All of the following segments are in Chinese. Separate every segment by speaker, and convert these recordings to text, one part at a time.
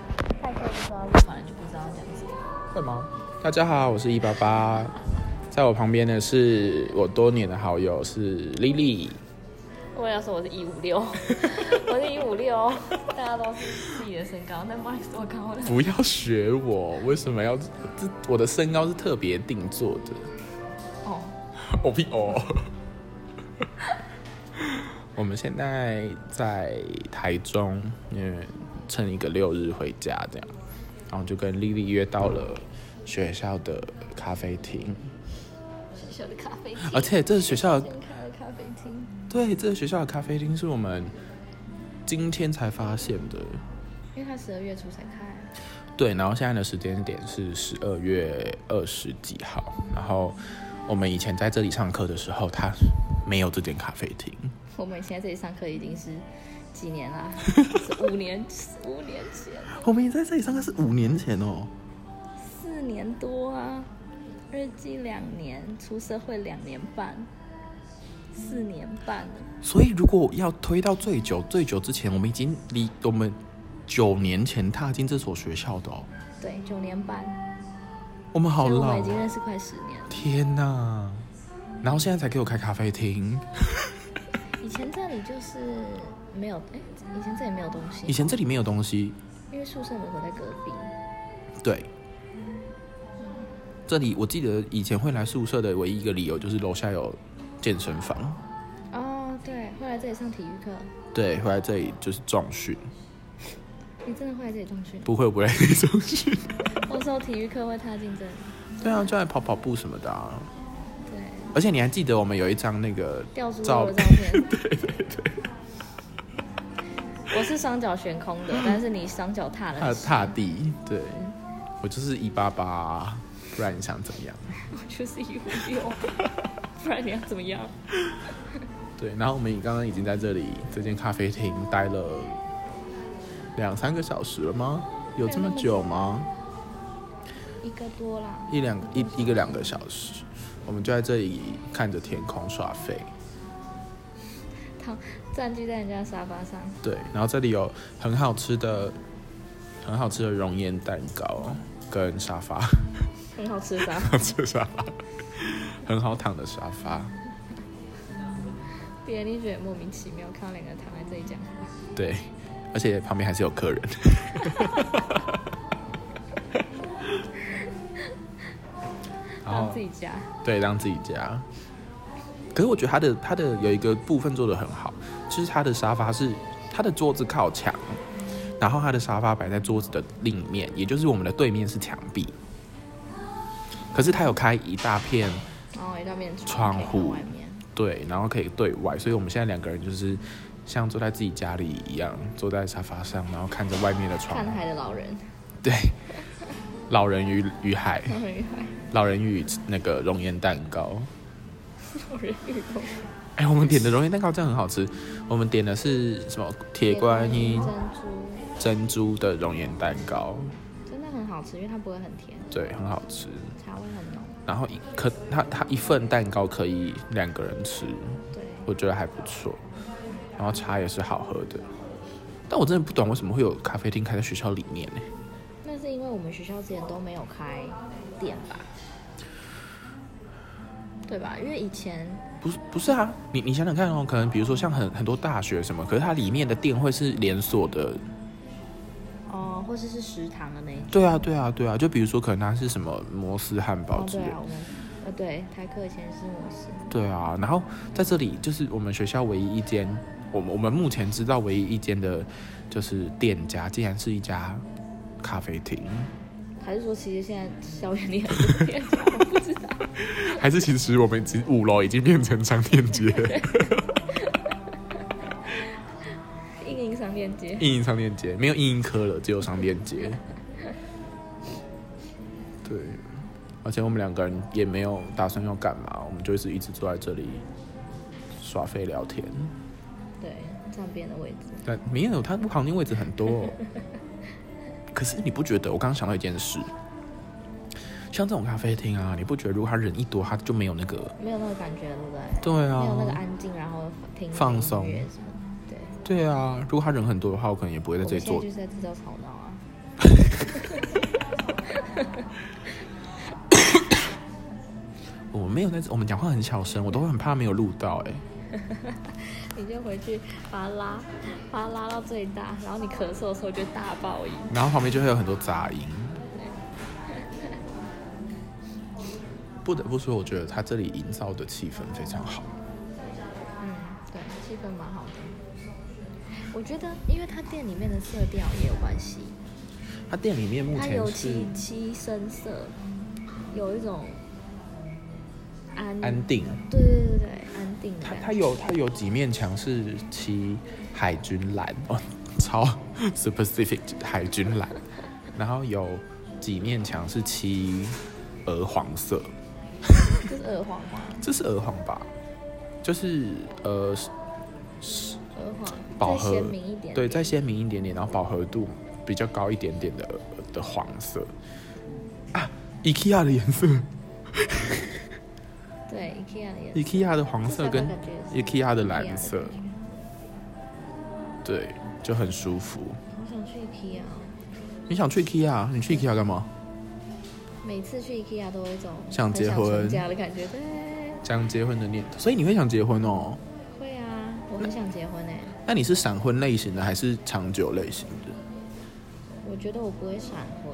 Speaker 1: 不知道录完了就不知道讲什么。
Speaker 2: 会吗？大家好，我是一八八，在我旁边的是我多年的好友是 Lily。
Speaker 1: 我要说我是一五 六，我是一五六，大家都是自己的身高，但不好意思，我高了。
Speaker 2: 不要学我，为什么要？这我的身高是特别定做的。
Speaker 1: 哦，
Speaker 2: 我屁哦。 我们现在在台中，嗯，趁一个六日回家这样，然后就跟 Lily 约到了学校的咖啡厅，
Speaker 1: 学校的咖啡
Speaker 2: 而
Speaker 1: 厅，
Speaker 2: 且这是学校的
Speaker 1: 新开的咖啡厅，
Speaker 2: 对，这个学校的咖啡厅是我们今天才发现的。
Speaker 1: 因为它十二月初才开、
Speaker 2: 对，然后现在的时间点是十二月二十几号。然后我们以前在这里上课的时候，它没有这间咖啡厅。
Speaker 1: 我们现在这里上课已经是几年 啦？是五年，五年前，
Speaker 2: 我们也在这里上课是五年前哦。
Speaker 1: 四年多啊，日记两年，出社会两年半，四年半了。
Speaker 2: 所以如果要推到最久、最久之前，我们已经离我们九年前踏进这所学校的哦。
Speaker 1: 对，九年半，
Speaker 2: 我们好
Speaker 1: 所以我
Speaker 2: 老
Speaker 1: 们已经
Speaker 2: 哦，
Speaker 1: 认识快十年了。
Speaker 2: 天哪！然后现在才给我开咖啡厅。
Speaker 1: 以前这里就是没有，哎、以前这里没有东西，
Speaker 2: 以前这里没有东西，
Speaker 1: 因为宿舍门口在隔壁，
Speaker 2: 对，这里我记得以前会来宿舍的唯一一个理由就是楼下有健身房，
Speaker 1: 哦，对，后来这里上体育课，
Speaker 2: 对，会来这里就是重训，
Speaker 1: 你真的会来这里重 训？
Speaker 2: 不会不会重训，
Speaker 1: 我说体育课会踏进这里，
Speaker 2: 对啊，就来跑跑步什么的、啊，
Speaker 1: 对，
Speaker 2: 而且你还记得我们有一张那个
Speaker 1: 吊足
Speaker 2: 照
Speaker 1: 球的照片，对对对，我是双脚悬空 的，但是你双脚踏
Speaker 2: 踏
Speaker 1: 了，
Speaker 2: 呃踏地，对我就是一八八，不然你想怎样？
Speaker 1: 我就是一五 六，不然你要怎么样？
Speaker 2: 对，然后我们刚刚已经在这里这间咖啡厅待了两三个小时了吗？有这么久吗？
Speaker 1: 一个多啦，
Speaker 2: 一两一一个两个小时，我们就在这里看着天空耍废。
Speaker 1: 躺占据在人家沙发上，
Speaker 2: 对，然后这里有很好吃的、很好吃的熔岩蛋糕跟沙发，
Speaker 1: 很好吃的 沙发，
Speaker 2: 好吃的沙发，很好躺的沙发。
Speaker 1: 别人一定觉得莫名其妙，看到两个人躺在这里讲话。
Speaker 2: 对，而且旁边还是有客人。然后
Speaker 1: 当自己家，
Speaker 2: 对，当自己家。可是我觉得他的他的有一个部分做的很好，就是他的沙发是他的桌子靠墙，然后他的沙发摆在桌子的另一面，也就是我们的对面是墙壁。可是他有开一大片
Speaker 1: 然后一大面
Speaker 2: 窗
Speaker 1: 可
Speaker 2: 户
Speaker 1: 以看外面，
Speaker 2: 对，然后可以对外，所以我们现在两个人就是像坐在自己家里一样，坐在沙发上，然后看着外面的窗
Speaker 1: 看
Speaker 2: 户。
Speaker 1: 海的老人，
Speaker 2: 对，老人与与海，
Speaker 1: 老人与海，
Speaker 2: 老人与那个熔岩蛋糕。
Speaker 1: 老人与狗，
Speaker 2: 哎、我们点的熔岩蛋糕真的很好吃。我们点的是什么铁观音
Speaker 1: 珍珠，
Speaker 2: 珍珠的熔岩蛋糕，
Speaker 1: 真的很好吃，因为它不会很甜，
Speaker 2: 对，很好吃。
Speaker 1: 茶味很浓，
Speaker 2: 然后一可它它一份蛋糕可以两个人吃，
Speaker 1: 对，
Speaker 2: 我觉得还不错。然后茶也是好喝的，但我真的不懂为什么会有咖啡厅开在学校里面呢、
Speaker 1: 那是因为我们学校之前都没有开店吧，对吧？因为以前
Speaker 2: 不是不是啊，你你想想看哦，可能比如说像很很多大学什么，可是它里面的店会是连锁的
Speaker 1: 哦，或者是食堂的那一种，
Speaker 2: 对啊，对啊，对啊，就比如说可能它是什么摩斯汉堡
Speaker 1: 哦
Speaker 2: 之
Speaker 1: 对
Speaker 2: 类的
Speaker 1: 啊，我们呃对，台客以前是模式，
Speaker 2: 对啊，然后在这里就是我们学校唯一一间，我们我们目前知道唯一一间的，就是店家竟然是一家咖啡厅，
Speaker 1: 还是说其实现在校园里很多店家，我不知道，
Speaker 2: 还是其实我们其五楼已经变成商店街，
Speaker 1: 运营商店街，
Speaker 2: 运营商店街没有运营科了，只有商店街。对，而且我们两个人也没有打算要干嘛，我们就是一直坐在这里耍废聊天。
Speaker 1: 对，站边的位置。
Speaker 2: 但没有，它旁边位置很多、 哦。可是你不觉得？我刚刚想到一件事，像这种咖啡厅啊，你不觉得如果他人一多，他就没有那个？
Speaker 1: 没有那个感觉，对不对？
Speaker 2: 对
Speaker 1: 没有那个
Speaker 2: 啊，
Speaker 1: 安静，然后听
Speaker 2: 放
Speaker 1: 听
Speaker 2: 松
Speaker 1: 音乐什么的。对，
Speaker 2: 对啊。如果他人很多的话，我可能也不会在
Speaker 1: 我
Speaker 2: 这
Speaker 1: 们现在
Speaker 2: 里坐
Speaker 1: 就。是在制造吵闹啊！
Speaker 2: 我没有那，我们讲话很小声，我都会很怕没有录到、欸。哎，
Speaker 1: 你就回去把它拉，把它拉到最大，然后你咳嗽的时候就大爆音。
Speaker 2: 然后旁边就会有很多杂音。不得不说，我觉得他这里营造的气氛非常好。
Speaker 1: 嗯，对，气氛蛮好的。我觉得，因为它店里面的色调也有关系，
Speaker 2: 他店里面目
Speaker 1: 它
Speaker 2: 前
Speaker 1: 油
Speaker 2: 是
Speaker 1: 漆漆深色，有一种安
Speaker 2: 安定，
Speaker 1: 对对对对安定的
Speaker 2: 他
Speaker 1: 感觉。
Speaker 2: 他有他有几面墙是漆海军蓝哦，超 specific 海军蓝，然后有几面墙是漆鹅黄色，
Speaker 1: 就是鹅黄吗？
Speaker 2: 这是鹅黄吧？就是呃
Speaker 1: 鹅黄
Speaker 2: 饱
Speaker 1: 再
Speaker 2: 和
Speaker 1: 鲜明一点，
Speaker 2: 对，再鲜明一点点，然后饱和度比较高一点点的呃的黄色啊，IKEA 的颜色
Speaker 1: 对，IKEA 的颜色，
Speaker 2: ，IKEA 的黄色跟
Speaker 1: 这三个感觉是
Speaker 2: IKEA 的
Speaker 1: IKEA
Speaker 2: 蓝
Speaker 1: 感
Speaker 2: 色
Speaker 1: 觉，
Speaker 2: 对，就很舒服。
Speaker 1: 好想去 IKEA 哦。
Speaker 2: 你想去 IKEA？你啊去 IKEA 干嘛？
Speaker 1: 每次去 IKEA 都有一种
Speaker 2: 想
Speaker 1: 很
Speaker 2: 结婚
Speaker 1: 成家的感觉，对，
Speaker 2: 想结婚的念头，所以你会想结婚哦？
Speaker 1: 会啊，我很想结婚哎、
Speaker 2: 那你是闪婚类型的还是长久类型的？
Speaker 1: 我觉得我不会闪婚，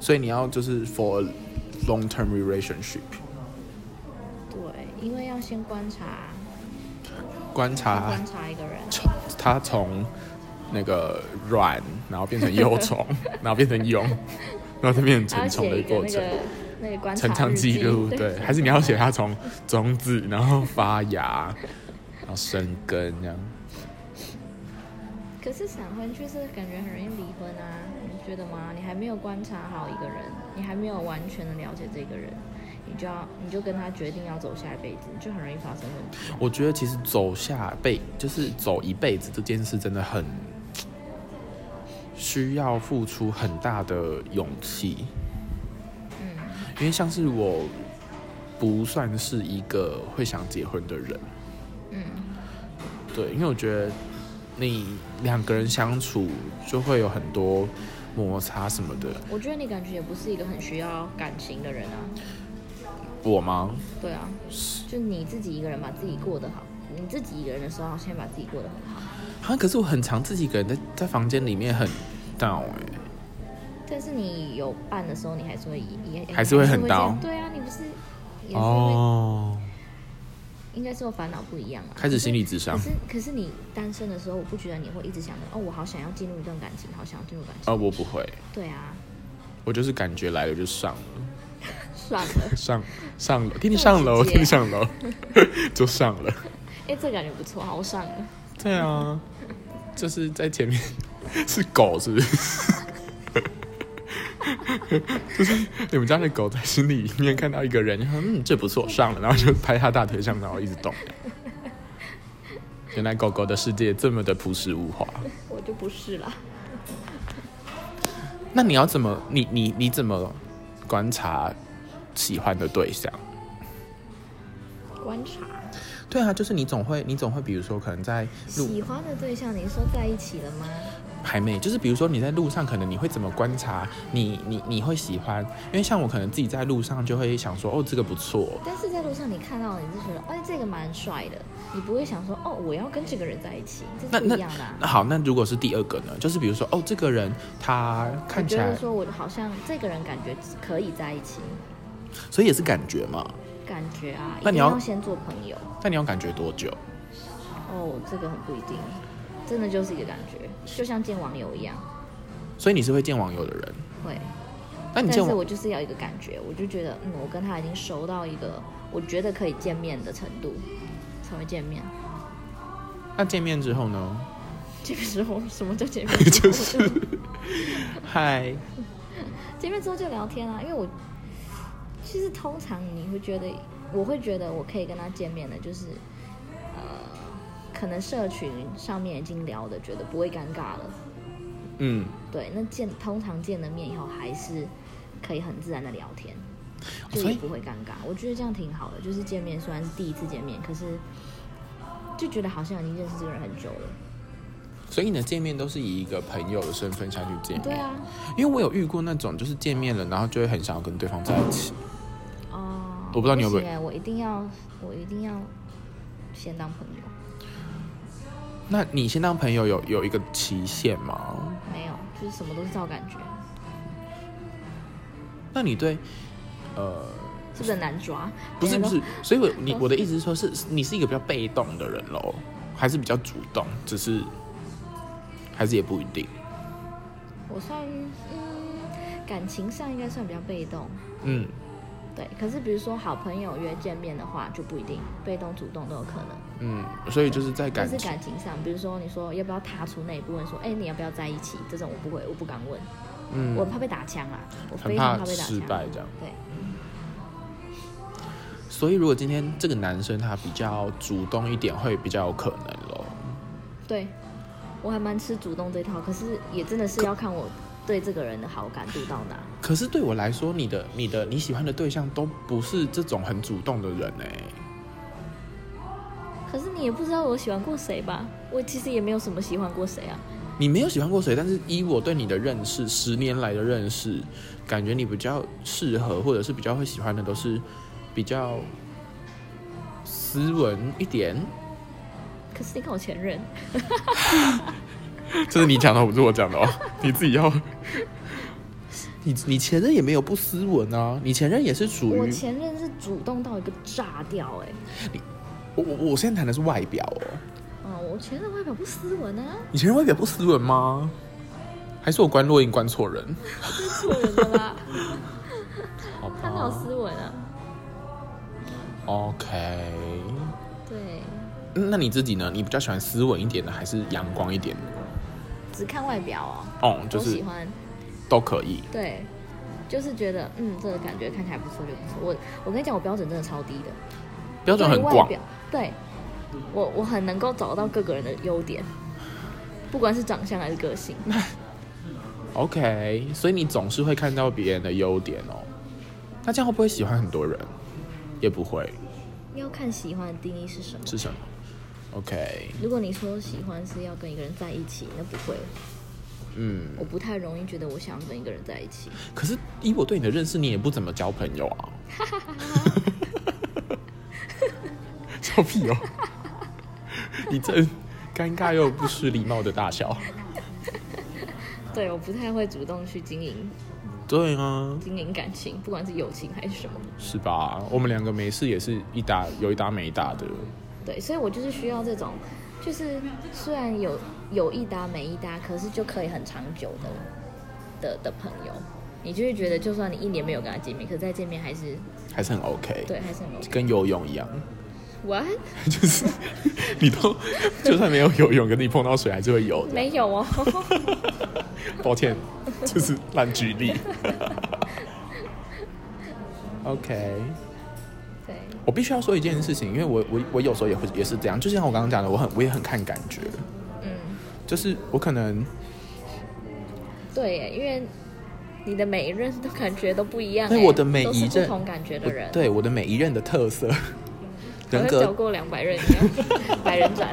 Speaker 2: 所以你要就是 for a long term relationship，
Speaker 1: 对，因为要先观察，
Speaker 2: 观察
Speaker 1: 观察一个人，
Speaker 2: 从他从那个软，然后变成幼 虫，然后变成蛹，然后再变成
Speaker 1: 还要
Speaker 2: 成虫
Speaker 1: 写
Speaker 2: 的
Speaker 1: 一个
Speaker 2: 过
Speaker 1: 那
Speaker 2: 程。
Speaker 1: 个那个观察
Speaker 2: 成长
Speaker 1: 日
Speaker 2: 记 录，
Speaker 1: 对，
Speaker 2: 对，还是你要写它从种子，然后发芽，然后生根这样。
Speaker 1: 可是闪婚就是感觉很容易离婚啊，你觉得吗？你还没有观察好一个人，你还没有完全的了解这个人，你就要你就跟他决定要走下一辈子，就很容易发生问题。
Speaker 2: 我觉得其实走下辈，就是走一辈子这件事，真的很需要付出很大的勇气。
Speaker 1: 嗯，
Speaker 2: 因为像是我不算是一个会想结婚的人，
Speaker 1: 嗯，
Speaker 2: 对，因为我觉得你两个人相处就会有很多摩擦什么的。
Speaker 1: 我觉得你感觉也不是一个很需要感情的人啊。
Speaker 2: 我吗？
Speaker 1: 对啊，就你自己一个人把自己过得好，你自己一个人的时候，先把自己过得很好。
Speaker 2: 啊，可是我很常自己一个人在在房间里面很 down 哎、
Speaker 1: 但是你有伴的时候，你还是会也
Speaker 2: 还是会很
Speaker 1: 这样
Speaker 2: 刀
Speaker 1: 对啊，你不是也是会，
Speaker 2: 哦，
Speaker 1: 应该是我烦恼不一样啊。
Speaker 2: 开始心理智
Speaker 1: 可
Speaker 2: 商。
Speaker 1: 是可是你单身的时候，我不觉得你会一直想着哦，我好想要进入一段感情，好想要进入感情。
Speaker 2: 啊，我不会，
Speaker 1: 对啊，
Speaker 2: 我就是感觉来了就上了，
Speaker 1: 算了，
Speaker 2: 上上楼，听你上
Speaker 1: 这
Speaker 2: 楼，
Speaker 1: 么直接
Speaker 2: 听你上楼， 就上了。
Speaker 1: 哎、这感觉不错，好我上了。
Speaker 2: 对 啊，就是在前面是狗，是不是？ 就是你们家的狗在心里面看到一个人，然后嗯，这不错，上了，然后就拍他大腿上，然后一直动。原来狗狗的世界这么的朴实无华。
Speaker 1: 我就不是啦，
Speaker 2: 那你要怎么？你你你怎么观察喜欢的对象？
Speaker 1: 观察
Speaker 2: 对啊，就是你总会你总会，比如说可能在路
Speaker 1: 喜欢的对象，你说在一起了吗？
Speaker 2: 还没，就是比如说你在路上，可能你会怎么观察你你你会喜欢？因为像我可能自己在路上就会想说，哦，这个不错，
Speaker 1: 但是在路上你看到，你是觉得哎、这个蛮帅的，你不会想说哦，我要跟这个人在一起，这
Speaker 2: 那
Speaker 1: 是不一样的、啊。
Speaker 2: 那好，那如果是第二个呢？就是比如说，哦，这个人他看
Speaker 1: 我
Speaker 2: 起
Speaker 1: 觉得
Speaker 2: 来，
Speaker 1: 说我好像这个人感觉可以在一起，
Speaker 2: 所以也是感觉嘛。
Speaker 1: 感觉啊，
Speaker 2: 那
Speaker 1: 一
Speaker 2: 你
Speaker 1: 定
Speaker 2: 要
Speaker 1: 要先做朋友
Speaker 2: 但你要感觉多久？
Speaker 1: 哦，这个很不一定，真的就是一个感觉，就像见网友一样，
Speaker 2: 所以你是会见网友的人。
Speaker 1: 会。
Speaker 2: 那你
Speaker 1: 但
Speaker 2: 见
Speaker 1: 是
Speaker 2: 网
Speaker 1: 我就是要一个感觉，我就觉得嗯，我跟他已经熟到一个我觉得可以见面的程度，才会见面。
Speaker 2: 那见面之后呢？
Speaker 1: 见面之后，什么叫见面？
Speaker 2: 就是嗨，
Speaker 1: 见面之后就聊天啊，因为我其实通常你会觉得，我会觉得我可以跟他见面的，就是呃，可能社群上面已经聊的，觉得不会尴尬了。
Speaker 2: 嗯，
Speaker 1: 对，那见通常见了面以后，还是可以很自然的聊天，就
Speaker 2: 哦所
Speaker 1: 也
Speaker 2: 以
Speaker 1: 不会尴尬。我觉得这样挺好的，就是见面虽然是第一次见面，可是就觉得好像已经认识这个人很久了。
Speaker 2: 所以呢，见面都是以一个朋友的身份下去见面。
Speaker 1: 对啊，
Speaker 2: 因为我有遇过那种，就是见面了，然后就会很想要跟对方在一起。
Speaker 1: 哦，
Speaker 2: 我不知道你有没有
Speaker 1: 行欸我一定要，我一定要先当朋友，
Speaker 2: 那你先当朋友有有一个期限吗？
Speaker 1: 没有，就是什么都是照感觉，
Speaker 2: 那你对，呃，
Speaker 1: 是不是很难抓？
Speaker 2: 不是
Speaker 1: 每个
Speaker 2: 不
Speaker 1: 都
Speaker 2: 是，所以我你我的意思是说是，你是一个比较被动的人喽，还是比较主动？只是还是也不一定。
Speaker 1: 我算嗯，感情上应该算比较被动，
Speaker 2: 嗯，
Speaker 1: 对。可是比如说好朋友约见面的话，就不一定被动主动都有可能。
Speaker 2: 嗯，所以就是在
Speaker 1: 但
Speaker 2: 感
Speaker 1: 是
Speaker 2: 情，
Speaker 1: 感情上，比如说你说要不要踏出那一步，问说哎、你要不要在一起，这种我不会，我不敢问，
Speaker 2: 嗯，
Speaker 1: 我很怕被打枪啊，我
Speaker 2: 很
Speaker 1: 非常
Speaker 2: 怕
Speaker 1: 怕被打
Speaker 2: 失
Speaker 1: 枪。
Speaker 2: 败这样。
Speaker 1: 对，
Speaker 2: 所以如果今天这个男生他比较主动一点，会比较有可能喽。
Speaker 1: 对，我还蛮吃主动这套，可是也真的是要看我对这个人的好感度到哪。
Speaker 2: 可是对我来说，你的、你的、你喜欢的对象都不是这种很主动的人哎、
Speaker 1: 可是你也不知道我喜欢过谁吧？我其实也没有什么喜欢过谁啊。
Speaker 2: 你没有喜欢过谁，但是依我对你的认识，十年来的认识，感觉你比较适合，或者是比较会喜欢的，都是比较斯文一点。
Speaker 1: 可是你看我前任，
Speaker 2: 这是你讲的，不是我讲的 哦，你自己要。你你前任也没有不斯文啊，你前任也是属
Speaker 1: 我
Speaker 2: 于
Speaker 1: 前任是主动到一个炸掉哎、
Speaker 2: 我我我现在谈的是外表哦，
Speaker 1: 嗯，我前任外表不斯文 啊，
Speaker 2: 你前任外表不斯文吗？还是我关录音关错人？
Speaker 1: 错人的
Speaker 2: 哦
Speaker 1: 啦，
Speaker 2: 好
Speaker 1: 他哪有斯文啊？
Speaker 2: OK，
Speaker 1: 对，
Speaker 2: 嗯那你自己呢？你比较喜欢斯文一点的，还是阳光一点的？
Speaker 1: 只看外表哦，
Speaker 2: 哦、就
Speaker 1: 我
Speaker 2: 是
Speaker 1: 喜欢，
Speaker 2: 都可以。
Speaker 1: 对，就是觉得嗯，这个感觉看起来不错就不错。我我跟你讲，我标准真的超低的，
Speaker 2: 标准很
Speaker 1: 对于外
Speaker 2: 广，
Speaker 1: 表对我我很能够找到各个人的优点，不管是长相还是个 性。
Speaker 2: OK，所以你总是会看到别人的优点哦。那这样会不会喜欢很多人？也不会，
Speaker 1: 要看喜欢的定义是什么。
Speaker 2: 是什么？OK，
Speaker 1: 如果你说喜欢是要跟一个人在一起，那不会，
Speaker 2: 嗯，
Speaker 1: 我不太容易觉得我想要跟一个人在一起。
Speaker 2: 可是以我对你的认识，你也不怎么交朋友 啊。笑屁哦！你真尴尬又不失礼貌的大笑。
Speaker 1: 对，我不太会主动去经营
Speaker 2: 对啊，
Speaker 1: 经营感情，不管是友情还是什么。
Speaker 2: 是吧？我们两个没事也是一搭有一搭没一搭的。
Speaker 1: 对，所以我就是需要这种，就是虽然有有一搭没一搭，可是就可以很长久的的的朋友，你就会觉得，就算你一年没有跟他见面，可是再见面还是
Speaker 2: 还是很 OK，
Speaker 1: 对，还是很 OK。
Speaker 2: 跟游泳一样，
Speaker 1: What？
Speaker 2: 就是你都就算没有游泳，跟你碰到水还是会游的。
Speaker 1: 没有哦，
Speaker 2: 抱歉，就是烂举 例。OK，
Speaker 1: 对，
Speaker 2: 我必须要说一件事情，因为我我我有时候也会也是这样，就像我刚刚讲的，我很我也很看感觉，
Speaker 1: 嗯，
Speaker 2: 就是我可能
Speaker 1: 对耶，因为你的每一任都感觉都不一样耶，
Speaker 2: 对我的每一
Speaker 1: 都是
Speaker 2: 任
Speaker 1: 不同感觉的人，
Speaker 2: 我，对我的每一任的特色，
Speaker 1: 好
Speaker 2: 人
Speaker 1: 像
Speaker 2: 格
Speaker 1: 走过两百任一样， 百人斩，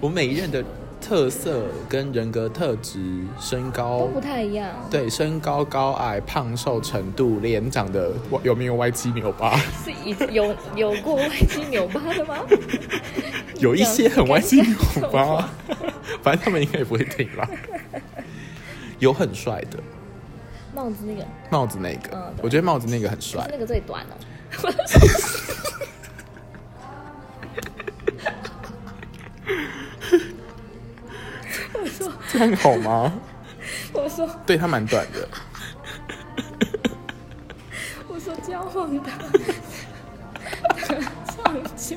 Speaker 2: 我每一任的特色跟人格特质、身
Speaker 1: 都
Speaker 2: 高，
Speaker 1: 不太一样，
Speaker 2: 对身高、高矮、胖瘦程度、脸长得有没有歪七扭八，
Speaker 1: 是一有有过歪七扭八的吗？
Speaker 2: 有一些很歪七扭八，反正他们应该也不会听啦。有很帅的
Speaker 1: 帽子那个，
Speaker 2: 帽子那个，
Speaker 1: 嗯对
Speaker 2: 我觉得帽子那个很帅
Speaker 1: 是，那个最短哦。我说，
Speaker 2: 这样好吗？
Speaker 1: 我说，
Speaker 2: 对他蛮短的，
Speaker 1: 我说交往的长久，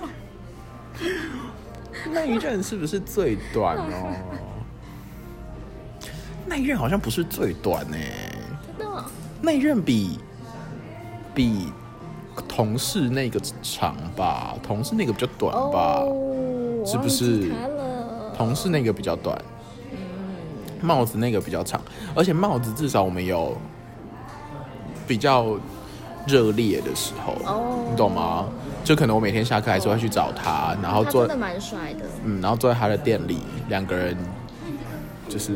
Speaker 2: 那一任是不是最短哦？那一任好像不是最短呢、
Speaker 1: 真的哦、
Speaker 2: 那一任比比同事那个长吧，同事那个比较短吧，
Speaker 1: 哦，我
Speaker 2: 是不
Speaker 1: 忘记
Speaker 2: 是
Speaker 1: 他了？
Speaker 2: 同事那个比较短，帽子那个比较长，而且帽子至少我们有比较热烈的时候，
Speaker 1: 哦
Speaker 2: 你懂吗？就可能我每天下课还是会去找他，然后
Speaker 1: 他
Speaker 2: 坐
Speaker 1: 真的蛮帅的，
Speaker 2: 嗯，然后坐在他的店里，两个人就是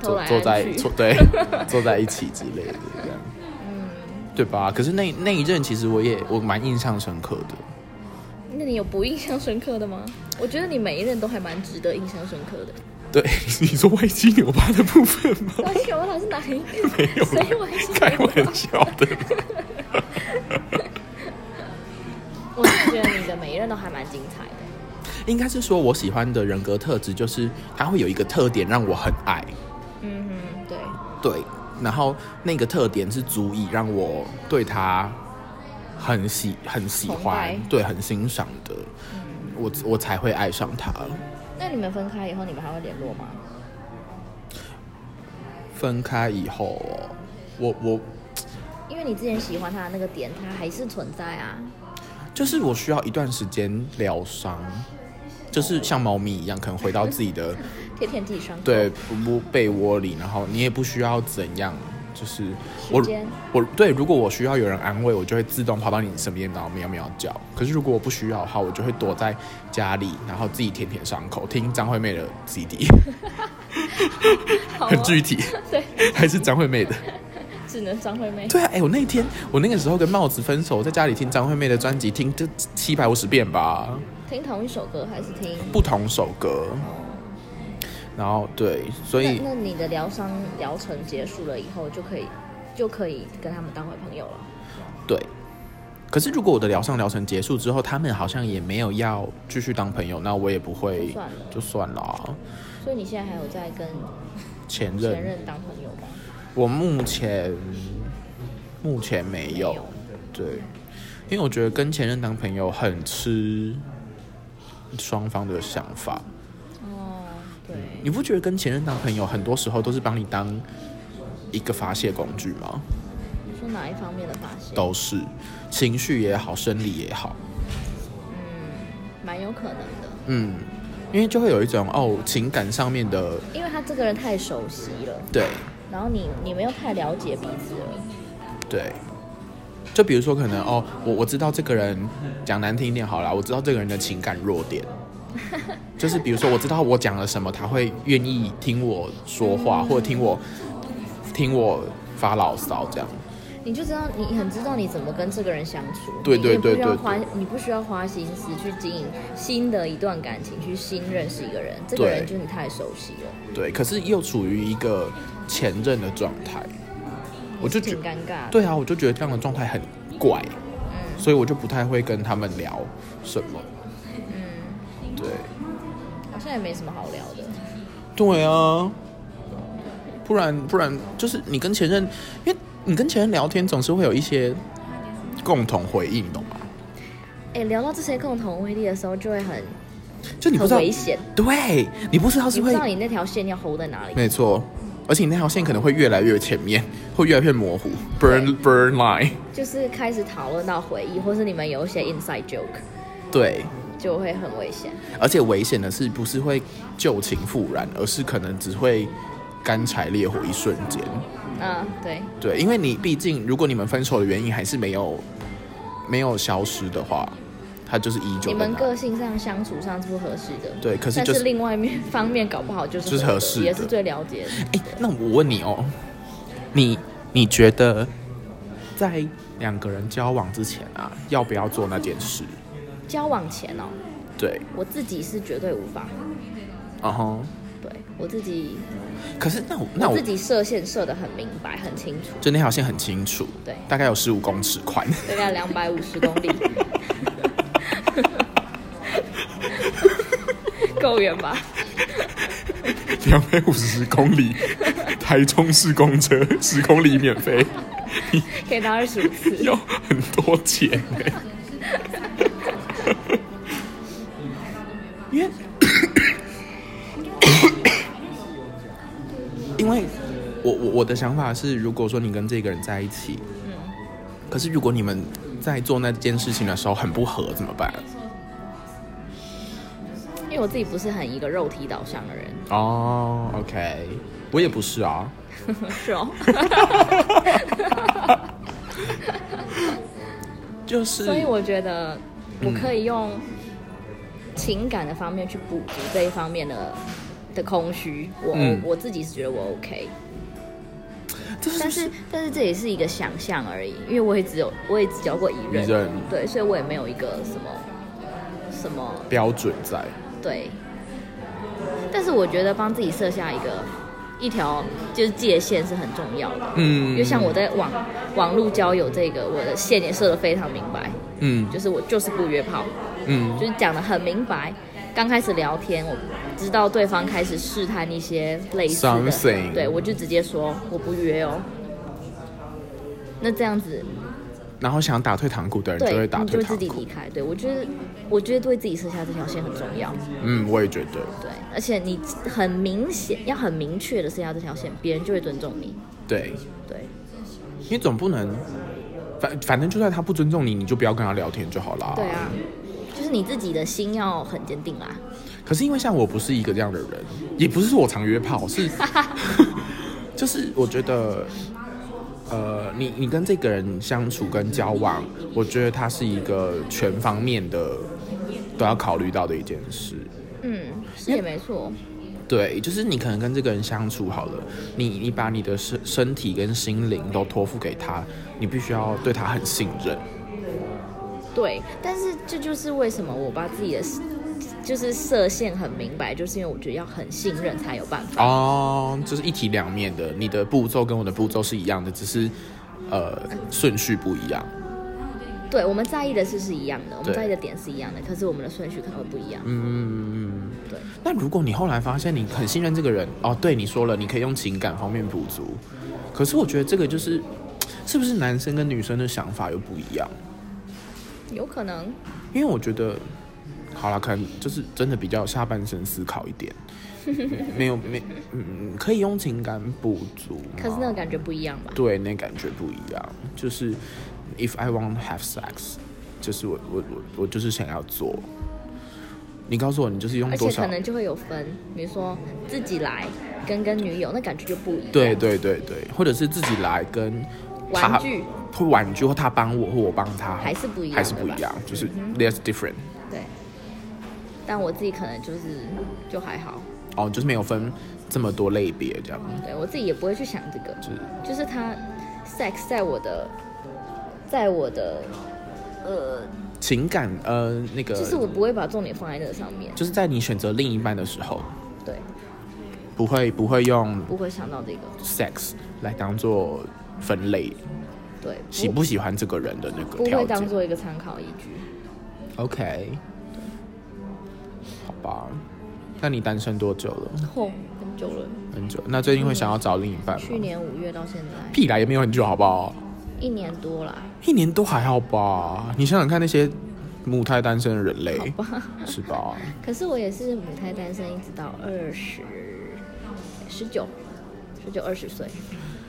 Speaker 1: 偷
Speaker 2: 坐
Speaker 1: 来
Speaker 2: 坐
Speaker 1: 暗
Speaker 2: 在
Speaker 1: 去
Speaker 2: 坐 对坐在一起之类的这样，对吧？可是那那一任其实我也我蛮印象深刻的，
Speaker 1: 那你有不印象深刻的吗？我觉得你每一任都还蛮值得印象深刻 的。
Speaker 2: 对， 你说歪七扭八的部分吗？
Speaker 1: 我求老是哪一个？
Speaker 2: 没有啦
Speaker 1: 谁玩心
Speaker 2: 开
Speaker 1: 没有
Speaker 2: 玩笑的。
Speaker 1: 我真的觉得你的每一任都还蛮精彩的。
Speaker 2: 应该是说我喜欢的人格特质就是他会有一个特点让我很爱，
Speaker 1: 嗯哼，对，
Speaker 2: 对，然后那个特点是足以让我对他很喜很喜
Speaker 1: 崇
Speaker 2: 欢
Speaker 1: 拜，嗯
Speaker 2: 对，很欣赏的，我我才会爱上他。
Speaker 1: 那你们分开以后，你们还会联络吗？
Speaker 2: 分开以后哦，我我
Speaker 1: 因为你之前喜欢他的那个点，他还是存在啊。
Speaker 2: 就是我需要一段时间疗伤，就是像猫咪一样，可能回到自己的。
Speaker 1: 贴天地伤口。
Speaker 2: 对，不被窝里，然后你也不需要怎样，就是
Speaker 1: 时
Speaker 2: 我
Speaker 1: 间
Speaker 2: 我对，如果我需要有人安慰，我就会自动跑到你身边，然后喵喵叫。可是如果我不需要的话，我就会躲在家里，然后自己舔舔伤口，听张惠妹的 CD，
Speaker 1: 好、哦，
Speaker 2: 很具体，
Speaker 1: 对，
Speaker 2: 还是张惠妹的。
Speaker 1: 只能张惠妹。
Speaker 2: 对啊，哎、我那天我那个时候跟帽子分手，在家里听张惠妹的专辑，听这七百五十遍吧，
Speaker 1: 听同一首歌还是听？
Speaker 2: 不同首歌。然后对，所以
Speaker 1: 那那你的疗伤疗程结束了以后，就可以就可以跟他们当回朋友了。
Speaker 2: 对。可是如果我的疗伤疗程结束之后，他们好像也没有要继续当朋友，那我也不
Speaker 1: 就
Speaker 2: 会
Speaker 1: 算了
Speaker 2: 就算了啊。
Speaker 1: 所以你现在还有在跟
Speaker 2: 嗯前任，
Speaker 1: 前任当朋友吗？
Speaker 2: 我目前目前没有
Speaker 1: 没有
Speaker 2: 对，因为我觉得跟前任当朋友很吃双方的想法。
Speaker 1: 哦，对，
Speaker 2: 你不觉得跟前任当朋友很多时候都是帮你当一个发泄工具吗？
Speaker 1: 你说哪一方面的发现？
Speaker 2: 都是情绪也好，生理也好，
Speaker 1: 蛮有可能的，
Speaker 2: 嗯，因为就会有一种哦情感上面的
Speaker 1: 因为他这个人太熟悉了，
Speaker 2: 对
Speaker 1: 然后你你们又太了解彼此了，
Speaker 2: 对，就比如说可能哦，我我知道这个人讲难听一点好啦，我知道这个人的情感弱点，就是比如说我知道我讲了什么，他会愿意听我说话，或者听我听我发牢骚这样。
Speaker 1: 你就知道你很知道你怎么跟这个人相处，
Speaker 2: 对对对
Speaker 1: 你也不需要
Speaker 2: 对
Speaker 1: 花你不需要花心思去经营新的一段感情，去新认识一个人，这个
Speaker 2: 对
Speaker 1: 人就是你太熟悉了，
Speaker 2: 对，可是又处于一个前任的状态，我就觉
Speaker 1: 挺尴尬的。嗯
Speaker 2: 对啊，我就觉得这样的状态很怪，所以我就不太会跟他们聊什么。对，
Speaker 1: 好像也没什么好聊的。
Speaker 2: 对啊，不然不然就是你跟前任，因为你跟前任聊天总是会有一些共同回应，懂吗？
Speaker 1: 哎、聊到这些共同威力的时候，就会很
Speaker 2: 就你不
Speaker 1: 很
Speaker 2: 知道
Speaker 1: 危，险，
Speaker 2: 对你不知道
Speaker 1: 你
Speaker 2: 是
Speaker 1: 不
Speaker 2: 会
Speaker 1: 知道你那条线要 hold 在哪里。
Speaker 2: 没错，而且你那条线可能会越来越前面，会越来越模糊，burn burn line，
Speaker 1: 就是开始讨论到回忆，或是你们有一些 inside joke，
Speaker 2: 对。
Speaker 1: 就会很危险。
Speaker 2: 而且危险的是，不是会旧情复燃，而是可能只会干柴烈火一瞬间。
Speaker 1: 嗯，对，
Speaker 2: 对，因为你毕竟，如果你们分手的原因还是没有没有消失的话，它就是依旧
Speaker 1: 你
Speaker 2: 在
Speaker 1: 们
Speaker 2: 那
Speaker 1: 个。性上相处上是不合适的。
Speaker 2: 对，可是
Speaker 1: 但
Speaker 2: 就是是
Speaker 1: 另外一面方面搞不好就是
Speaker 2: 就是
Speaker 1: 合
Speaker 2: 合
Speaker 1: 的
Speaker 2: 适的
Speaker 1: 也是最了解的。
Speaker 2: 哎、那我问你哦，你你觉得在两个人交往之前啊，要不要做那件事？
Speaker 1: 交往前哦，
Speaker 2: 对，
Speaker 1: 我自己是绝对无法，
Speaker 2: 然后
Speaker 1: 对我自己，
Speaker 2: 可是那我那
Speaker 1: 我
Speaker 2: 我
Speaker 1: 自己设限设的很明白，很清 楚，
Speaker 2: 就那条线很清楚，
Speaker 1: 对
Speaker 2: 大概有十五公尺宽。
Speaker 1: 大概两百五十公 里，够远吧？
Speaker 2: 两百五十公里， 台中市公车十公里免费，
Speaker 1: 可以搭二十五次。
Speaker 2: 要很多钱呢、因为 因为我我我的想法是，如果说你跟这个人在一起，可是如果你们在做那件事情的时候很不合怎么办？
Speaker 1: 因为我自己不是很一个肉体导向的人，
Speaker 2: 哦、o k 我也不是啊，
Speaker 1: 是 哦，
Speaker 2: 就是
Speaker 1: 所以我觉得我可以用情感的方面去补足这一方面的的空虚。我、
Speaker 2: 嗯
Speaker 1: 我自己是觉得我 OK，
Speaker 2: 这是
Speaker 1: 但是但是这也是一个想象而已，因为我也只有我也只交过一任，
Speaker 2: 一任
Speaker 1: 对，所以我也没有一个什么什么
Speaker 2: 标准在，
Speaker 1: 对。但是我觉得帮自己设下一个一条就是界限是很重要的，
Speaker 2: 嗯，
Speaker 1: 因为像我，在网网络交友这个，我的线也设得非常明白，
Speaker 2: 嗯
Speaker 1: 就是我就是不约炮，
Speaker 2: 嗯
Speaker 1: 就是讲得很明白。刚开始聊天，我知道对方开始试探一些类似的
Speaker 2: Something
Speaker 1: 对我就直接说我不约哦。那这样子，
Speaker 2: 然后想打退堂鼓的人就
Speaker 1: 对，
Speaker 2: 会打
Speaker 1: 你就
Speaker 2: 退
Speaker 1: 会自
Speaker 2: 堂
Speaker 1: 己
Speaker 2: 鼓
Speaker 1: 离。开。对我觉得，我觉得对自己设下这条线很重要。
Speaker 2: 嗯，我也觉得，
Speaker 1: 对，而且你很明显要很明确的设下这条线，别人就会尊重你。
Speaker 2: 对，
Speaker 1: 对，
Speaker 2: 你总不能，反反正就算他不尊重你，你就不要跟他聊天就好啦。
Speaker 1: 对啊，就是你自己的心要很坚定啦。
Speaker 2: 可是因为像我不是一个这样的人，也不是说我常约炮，是， 就是我觉得，呃，你你跟这个人相处跟交往，我觉得他是一个全方面的都要考虑到的一件事。
Speaker 1: 嗯，是也没错。
Speaker 2: 对，就是你可能跟这个人相处好了，你你把你的身身体跟心灵都托付给他，你必须要对他很信任。
Speaker 1: 对，但是这就是为什么我把自己的就是设限很明白，就是因为我觉得要很信任才有办法。
Speaker 2: 哦，就是一体两面的，你的步骤跟我的步骤是一样的，只是呃顺序不一样。
Speaker 1: 对，我们在意的是是一样的，我们
Speaker 2: 对
Speaker 1: 在意的点是一样的，可是我们的顺序可能会不一样。
Speaker 2: 嗯，
Speaker 1: 对。
Speaker 2: 那如果你后来发现你很信任这个人，哦，对你说了，你可以用情感方面补足，可是我觉得这个就是，是不是男生跟女生的想法又不一样？
Speaker 1: 有可能，
Speaker 2: 因为我觉得，好啦，可能就是真的比较下半身思考一点，没有没嗯，可以用情感补足啊吗，
Speaker 1: 可是那个感觉不一样吧？
Speaker 2: 对那感觉不一样，就是 if I want to have sex，就是我我我我就是想要做。你告诉我，你就是用
Speaker 1: 而
Speaker 2: 多
Speaker 1: 且
Speaker 2: 少
Speaker 1: 可？能就会有分，比如说自己来跟跟女友，那感觉就不一样。
Speaker 2: 对，对对对，或者是自己来跟他
Speaker 1: 玩具
Speaker 2: 或玩具，或他帮我，或我帮他，
Speaker 1: 还是不一样
Speaker 2: 还是不
Speaker 1: 对吧嗯
Speaker 2: 一样，就是 there's different。
Speaker 1: 对。但我自己可能就是就还好，
Speaker 2: 哦，就是没有分这么多类别这样，
Speaker 1: 对我自己也不会去想这个。
Speaker 2: 就是
Speaker 1: 就是他 sex 在我的，在我的，呃，
Speaker 2: 情感呃那个，
Speaker 1: 就是我不会把重点放在这上面，
Speaker 2: 就是在你选择另一半的时候，
Speaker 1: 对，
Speaker 2: 不会不会用
Speaker 1: 不会想到这个，
Speaker 2: sex 来当做分类，
Speaker 1: 对，
Speaker 2: 喜
Speaker 1: 不
Speaker 2: 不喜欢这个人的那个
Speaker 1: 不
Speaker 2: 条
Speaker 1: 会
Speaker 2: 件
Speaker 1: 当。做一个参考依据。
Speaker 2: OK，好吧，那你单身多久了？
Speaker 1: 吼，很久了，
Speaker 2: 很久。那最近会想要找另一半吗？
Speaker 1: 去年五月到现在
Speaker 2: 屁啦，也没有很久，好不好？
Speaker 1: 一年多啦，
Speaker 2: 一年都还好吧？你想想看，那些母胎单身的人类，
Speaker 1: 好吧。
Speaker 2: 是吧？
Speaker 1: 可是我也是母胎单身，一直到二十十九。十九二十岁，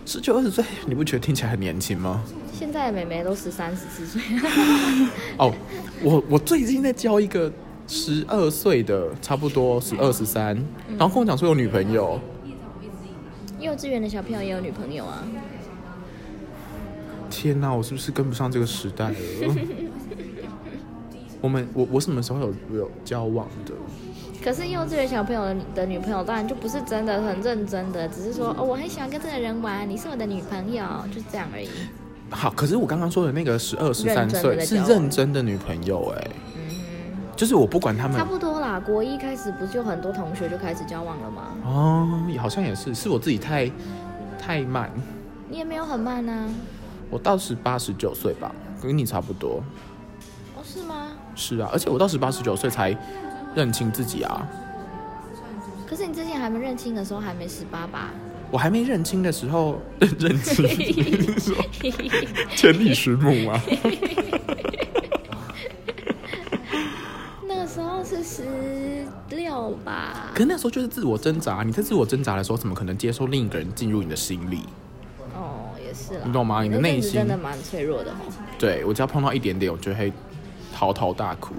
Speaker 2: 十九二十岁，你不觉得听起来很年轻吗？
Speaker 1: 现在的妹妹都十三十四岁，
Speaker 2: 哦，我我最近在教一个十二岁的，差不多十二十三，
Speaker 1: 嗯
Speaker 2: 然后跟我讲说有女朋友，
Speaker 1: 幼稚园的小朋友也有女朋友啊。
Speaker 2: 天哪、我是不是跟不上这个时 代了？我们我我什么时候有有交往的？
Speaker 1: 可是幼稚园小朋友的的女朋友当然就不是真的很认真的，只是说哦，我很喜欢跟这个人玩，你是我的女朋友，就这样而已。
Speaker 2: 好，可是我刚刚说的那个十二十三
Speaker 1: 认真地
Speaker 2: 岁
Speaker 1: 在
Speaker 2: 是
Speaker 1: 交往嗯
Speaker 2: 认真的女朋友哎、就是我不管他们
Speaker 1: 差不多啦，国一开始不就很多同学就开始交往了吗？
Speaker 2: 哦，好像也是，是我自己太太慢，
Speaker 1: 你也没有很慢啊。
Speaker 2: 我到十八十九岁吧，跟你差不多。
Speaker 1: 哦，是吗？
Speaker 2: 是啊，而且我到十八十九岁才认清自己啊。
Speaker 1: 可是你之前还没认清的时候还没十八 吧？
Speaker 2: 我还没认清的时候， 认清 你说千里寻母啊，
Speaker 1: 那个时候是十六吧？
Speaker 2: 可那时候就是自我挣扎。你在自我挣扎的时候，怎么可能接受另一个人进入你的心里？
Speaker 1: 哦，也是啦。
Speaker 2: 你懂吗你的
Speaker 1: 那阵
Speaker 2: 内
Speaker 1: 子
Speaker 2: 心
Speaker 1: 真的蛮脆弱的哦。
Speaker 2: 对我只要碰到一点点，我就会嚎啕大哭。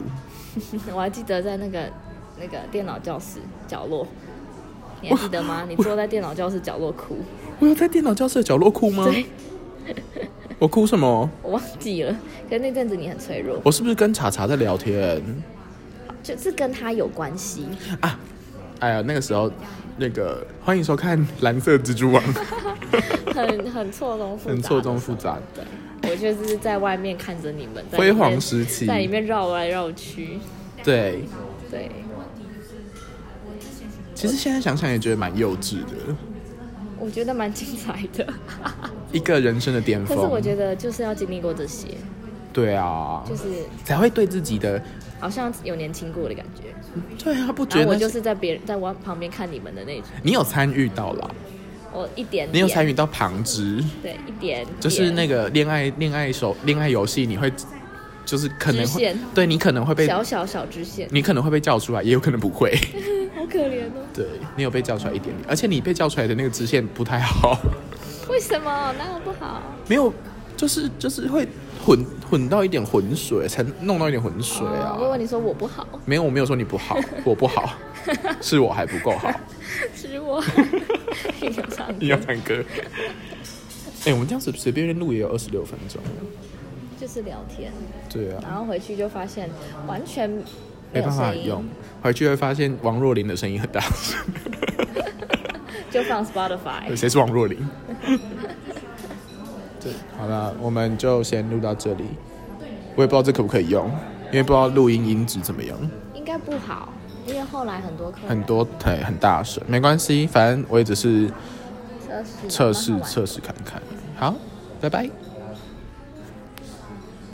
Speaker 1: 我还记得在那个那个电脑教室角落，你还记得 吗？你坐在电脑教室角落哭。
Speaker 2: 我有在电脑教室的角落哭吗？我哭什么？
Speaker 1: 我忘记了。 可是那阵子你很脆弱，
Speaker 2: 我是不是跟查查在聊天？
Speaker 1: 就是跟他有关 系。
Speaker 2: 哎呀，那个时候，那个欢迎收看《蓝色蜘蛛网》，
Speaker 1: 很很错综复杂，
Speaker 2: 很错综 复杂，
Speaker 1: 对，我就是在外面看着你们在里
Speaker 2: 辉
Speaker 1: 面
Speaker 2: 煌时期。
Speaker 1: 在里面绕来绕去，
Speaker 2: 对，
Speaker 1: 对，
Speaker 2: 其实现在想想也觉得蛮幼稚的，
Speaker 1: 我觉得蛮精彩的。
Speaker 2: 一个人生的巅
Speaker 1: 可
Speaker 2: 峰。
Speaker 1: 是我觉得就是要经历过这些，
Speaker 2: 对啊，
Speaker 1: 就是
Speaker 2: 才会对自己的，
Speaker 1: 好像有年轻过的感觉。
Speaker 2: 对啊，不觉
Speaker 1: 然后
Speaker 2: 得
Speaker 1: 我就是在别人在我旁边看你们的那种，
Speaker 2: 你有参与到啦，
Speaker 1: 我一点点，
Speaker 2: 你有参与到旁枝，
Speaker 1: 对一点点，
Speaker 2: 就是那个恋爱恋爱手恋爱游戏，你会就是可能
Speaker 1: 支
Speaker 2: 会
Speaker 1: 线，
Speaker 2: 对你可能会被
Speaker 1: 小小小支线，
Speaker 2: 你可能会被叫出来，也有可能不会。
Speaker 1: 好可怜哦。
Speaker 2: 对你有被叫出来一点点，而且你被叫出来的那个支线不太好，
Speaker 1: 为什么哪有不好？
Speaker 2: 没有，就是就是会混混到一点浑水，才弄到一点浑水啊。
Speaker 1: 哦我以为你说我不好，
Speaker 2: 没有，我没有说你 不好，我不好，是我还不够好。
Speaker 1: 是 我你有唱歌
Speaker 2: 你要唱歌？哎、我们这样子随便录也有二十六分钟。
Speaker 1: 就是聊天，
Speaker 2: 对啊，
Speaker 1: 然后回去就发现完全
Speaker 2: 没
Speaker 1: 没
Speaker 2: 办
Speaker 1: 有
Speaker 2: 法
Speaker 1: 声音，
Speaker 2: 用。回去会发现王若琳的声音很大 声，
Speaker 1: 就放 Spotify。
Speaker 2: 谁是王 若琳？对，好了，我们就先录到这里。我也不知道这可不可以用，因为不知道录音音质怎么样，
Speaker 1: 应该不好，因为后来很多客人
Speaker 2: 很多台很大声，没关系，反正我也只是
Speaker 1: 测试蛮好玩
Speaker 2: 测试
Speaker 1: 的
Speaker 2: 测试看看。好，拜拜。